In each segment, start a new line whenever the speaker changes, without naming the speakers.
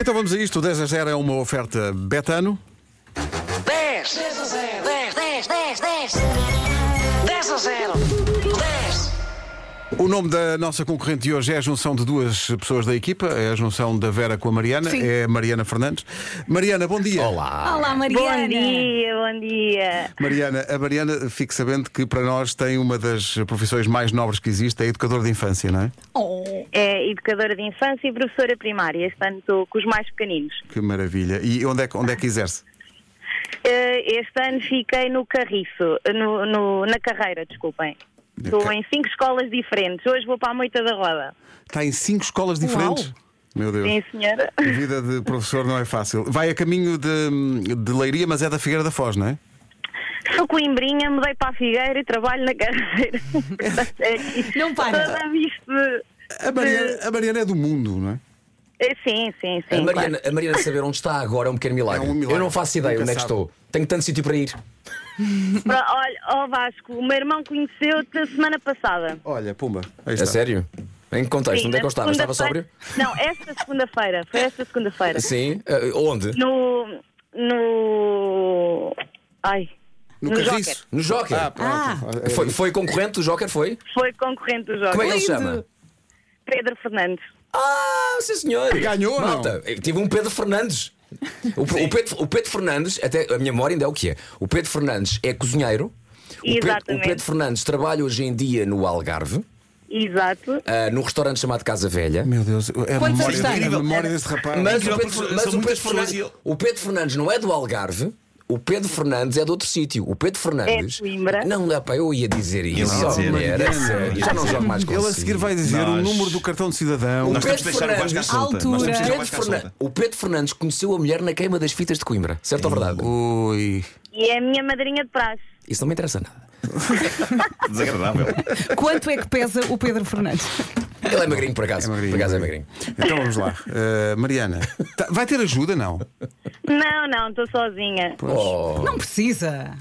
Então vamos a isto, o 10 a 0 é uma oferta betano.
10 10 a 0 10 10 10 10 10 a 0 10
O nome da nossa concorrente de hoje é a junção de duas pessoas da equipa, é a junção da Vera com a Mariana,
Sim.
é a Mariana Fernandes. Mariana, bom dia. Olá.
Olá, Mariana.
Bom dia, bom dia.
Mariana, a Mariana, fique sabendo que para nós tem uma das profissões mais nobres que existe, é educador de infância, não é?
Oh,
É educadora de infância e professora primária. Este ano estou com os mais pequeninos.
Que maravilha. E onde é, que- onde é que exerce?
Eh, Este ano fiquei no carriço, no- no- na carreira, desculpem. Estou em cinco escolas diferentes. Hoje vou para a Moita da Roda.
Está em cinco escolas diferentes. Meu Deus.
Sim, senhora.
A vida de professor não é fácil. Vai a caminho de, de Leiria, mas é da Figueira da Foz, não é?
Sou coimbrinha, mudei para a Figueira e trabalho na carreira. Portanto, é aqui.
Não para.
Toda visto.
A Mariana, a Mariana é do mundo, não é?
Eh, Sim, sim, sim.
A É, Mariana, a Mariana saber onde está agora é um pequeno milagre.
É um milagre.
Eu não faço ideia
Nunca
onde é que
sabe.
estou. Tenho tanto sítio para ir.
claro. Pro- Olha, ó Vasco, o meu irmão conheceu-te a semana passada.
Olha, pumba. Aí
A
está.
sério? Em que contexto?
Sim,
onde é que eu
na
estava? Estava sóbrio?
segunda-feira- Não, esta segunda-feira. Foi esta segunda-feira.
Sim. Eh, onde?
No. No. Ai.
No,
Joker.
carriço.
No Joker.
Ah, pronto.
Ah.
foi, foi concorrente do Joker, foi?
Foi concorrente do
Ah,
jogo.
Como é que ele se
Lindo.
chama?
Pedro Fernandes.
Ah, sim senhor.
Ganhou ou não?
Malta, eu tive um Pedro Fernandes. O, o Pedro, o Pedro Fernandes, até a minha memória ainda é o que é. O Pedro Fernandes é cozinheiro. O Pedro, o
Exatamente.
Pedro Fernandes trabalha hoje em dia no Algarve,
Exato.
ah, num restaurante chamado Casa Velha.
Meu Deus, é a
Quantos
memória,
anos tem?
a memória desse rapaz.
Ah, Mas,
Incrível,
o Pedro,
porque
mas
são
o, Pedro
muitas pessoas
Fernandes,
e ele-
o Pedro Fernandes não é do Algarve. O Pedro Fernandes é de outro sítio. O Pedro Fernandes.
É de Coimbra.
Não dá para eu ia dizer isso.
ia
Oh,
dizer.
mulher, é sério, Já não jogo mais com
Ele a seguir vai dizer o
Nós-
número do cartão de cidadão.
O
Nós temos de
Pedro
deixar o Vasco à
Fernandes,
solta. Nós temos de deixar o
Pedro
Vasco à
Fernan-
solta.
O Pedro Fernandes conheceu a mulher na queima das fitas de Coimbra, certo ou verdade?
Ui.
E é a minha madrinha de praxe.
Isso não me interessa nada.
Desagradável.
Quanto é que pesa o Pedro Fernandes?
Ele é magrinho, por acaso.
É magrinho,
por acaso é
magrinho.
magrinho.
Então vamos lá. Eh, Mariana, tá- vai ter ajuda? Não.
Não, não, estou sozinha.
Oh,
Não precisa.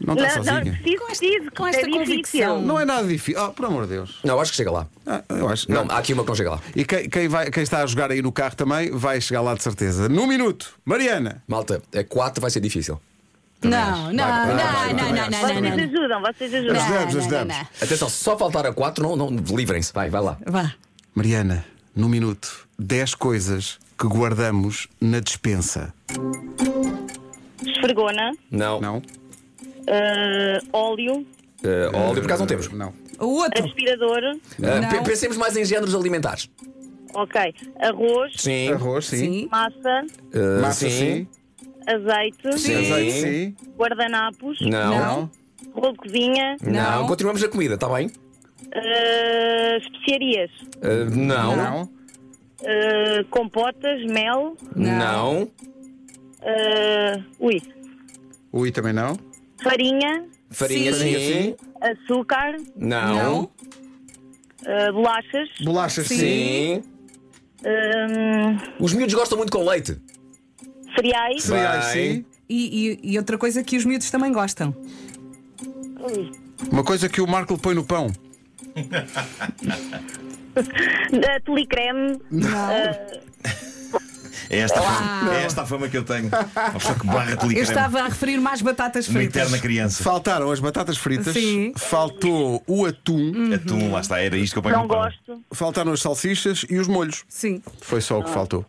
Não está
Não, não,
sozinha.
preciso, preciso.
com esta
é
convicção.
difícil.
Não é nada difícil. Oh, por amor de Deus.
Não, acho que chega lá.
Ah, eu acho.
Não, há aqui uma que não chega lá.
E quem, quem vai- quem está a jogar aí no carro também vai chegar lá de certeza. Num minuto, Mariana.
Malta, a 4 vai ser difícil.
Não, não,
vai,
não,
vai,
não,
vai,
não, não, não,
Vocês
não, não.
ajudam, vocês ajudam.
Não,
ajudamos,
não,
ajudamos.
não.
Atenção, se só faltar a 4, não, não livrem-se. Vai, vai lá.
Vá.
Mariana, num minuto, 10 coisas que guardamos na despensa.
Esfregona,
Não.
Não?
eh, óleo,
Eh, óleo, por acaso não temos.
Não.
O outro.
aspirador.
Uh,
Não.
pe- pensemos mais em géneros alimentares.
Ok. Arroz,
Sim.
Arroz, sim.
Sim.
massa,
Massa, sim.
azeite,
Eh, Sim.
Azeite, sim.
guardanapos,
Não.
Não.
rolo de cozinha,
Não.
Não.
Continuamos na comida, está bem?
eh, especiarias,
Uh, não. Não.
Não.
eh, compotas, mel. eh, ui,
Ui, também não.
farinha,
Farinha,
Sim.
Farinha,
sim.
açúcar,
Não.
eh, bolachas.
Bolachas, sim.
Sim.
hum,
Os miúdos gostam muito com leite.
cereais.
Cereais,
Bem.
sim.
E, e- e outra coisa que os miúdos também gostam.
Ui.
Uma coisa que o Marco põe no pão.
Eh, Telecreme.
É esta, a fama, é esta a fama que eu tenho. Uma pessoa que barra
Eu
telecreme.
estava a referir mais batatas
Uma
fritas.
interna criança.
Faltaram as batatas fritas.
Sim.
Faltou o atum.
Atum, É lá está, era isto que eu ponho
Não
no pão.
gosto.
Faltaram as salsichas e os molhos.
Sim.
Foi só o que faltou.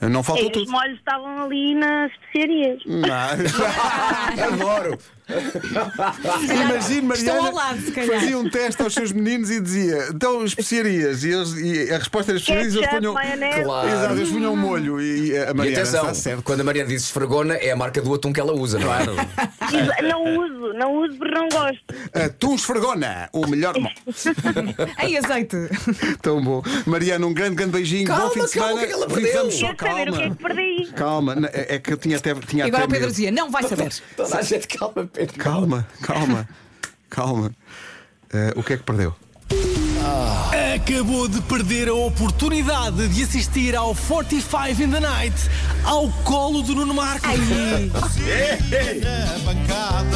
Não faltou
Ei, Os
tudo. Hum.
molhos estavam ali nas especiarias.
Não.
Adoro.
Imagino,
Estão
Mariana
ao lado, se calhar.
fazia um teste aos seus meninos e dizia então especiarias. E, eles- e a resposta das especiarias eles
Ketchup,
punham.
maionese.
Claro.
Exato, eles punham molho e a
Ah, E
Mariana
atenção,
está certo.
quando a Mariana diz esfregona, é a marca do atum que ela usa, não é?
Exa- Não uso, não uso porque não gosto.
Atum esfregona, Ah, o melhor mal.
Em azeite.
Tão bom. Mariana, um grande, grande beijinho.
Calma,
bom fim de
calma,
semana.
o que é que ela perdeu?
Vivamos só
Quero saber o que é
calma.
que perdi.
Calma, na- é é que eu tinha até. Tinha
E agora
até
o Pedro
medo.
dizia: não vai saber.
Toda a gente calma, Pedro.
Calma, calma, calma. Eh, o que é que perdeu?
Acabou de perder a oportunidade de assistir ao 45 in the Night ao colo do Nuno Marco.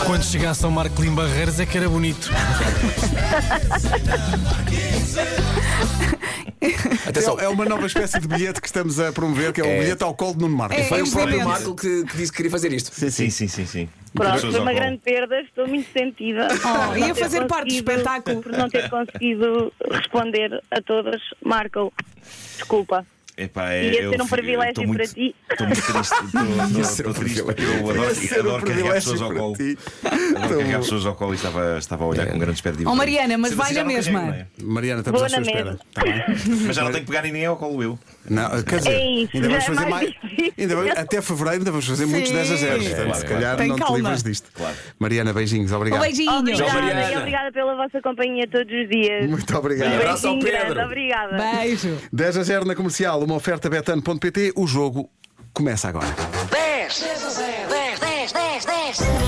Quando chegasse ao Marco Lim Barreiros é que era bonito.
Atenção,
É, é uma nova espécie de bilhete que estamos a promover, que é o
É. um
bilhete ao colo de Nuno Marco. um
É.
foi o próprio
implemento.
Marco que, que disse que queria fazer isto.
Sim, sim, sim, sim. sim.
Pronto,
Pessoas
foi uma
ao colo.
grande perda, estou muito sentida.
Oh,
Por
ia
não ter
fazer parte do
conseguido-
espetáculo.
Por não ter conseguido responder a todas, Marco, desculpa.
Epá, é,
Ia
eu
ser um
fico-
privilégio
estou muito-
para ti.
Estou muito triste. Estou- estou- Estou triste porque eu adoro, adoro carregar
um
pessoas ao colo. Adoro carregar pessoas ao colo e estava, estava a olhar com grande expectativa.
Oh, Mariana, mas
Sendo
vai
assim,
na
já não carrego,
mesma.
não é?
Mariana, estamos
Vou
à sua
na
espera.
mesa.
Tá bem?
Mas já não tenho que pegar ninguém ao colo eu.
Não, eh, quer dizer,
É isso,
ainda vamos
já é
fazer
mais
mais. ainda vamos- até fevereiro ainda vamos fazer muitos
Sim.
10 a 0.
É,
Portanto,
claro,
se
claro.
calhar
Tem
não te
calma.
livras disto.
Claro.
Mariana, beijinhos, obrigado.
Um beijinho.
Tchau,
Obrigada, e
Mariana.
obrigada pela vossa companhia todos os dias.
Muito
Um
obrigado.
Obrigado. abraço ao
beijinho grande,
Pedro.
Obrigada.
Beijo.
10 a 0 na comercial, uma oferta betano.pt. O jogo começa agora.
10 10 a 0 10 10 10 10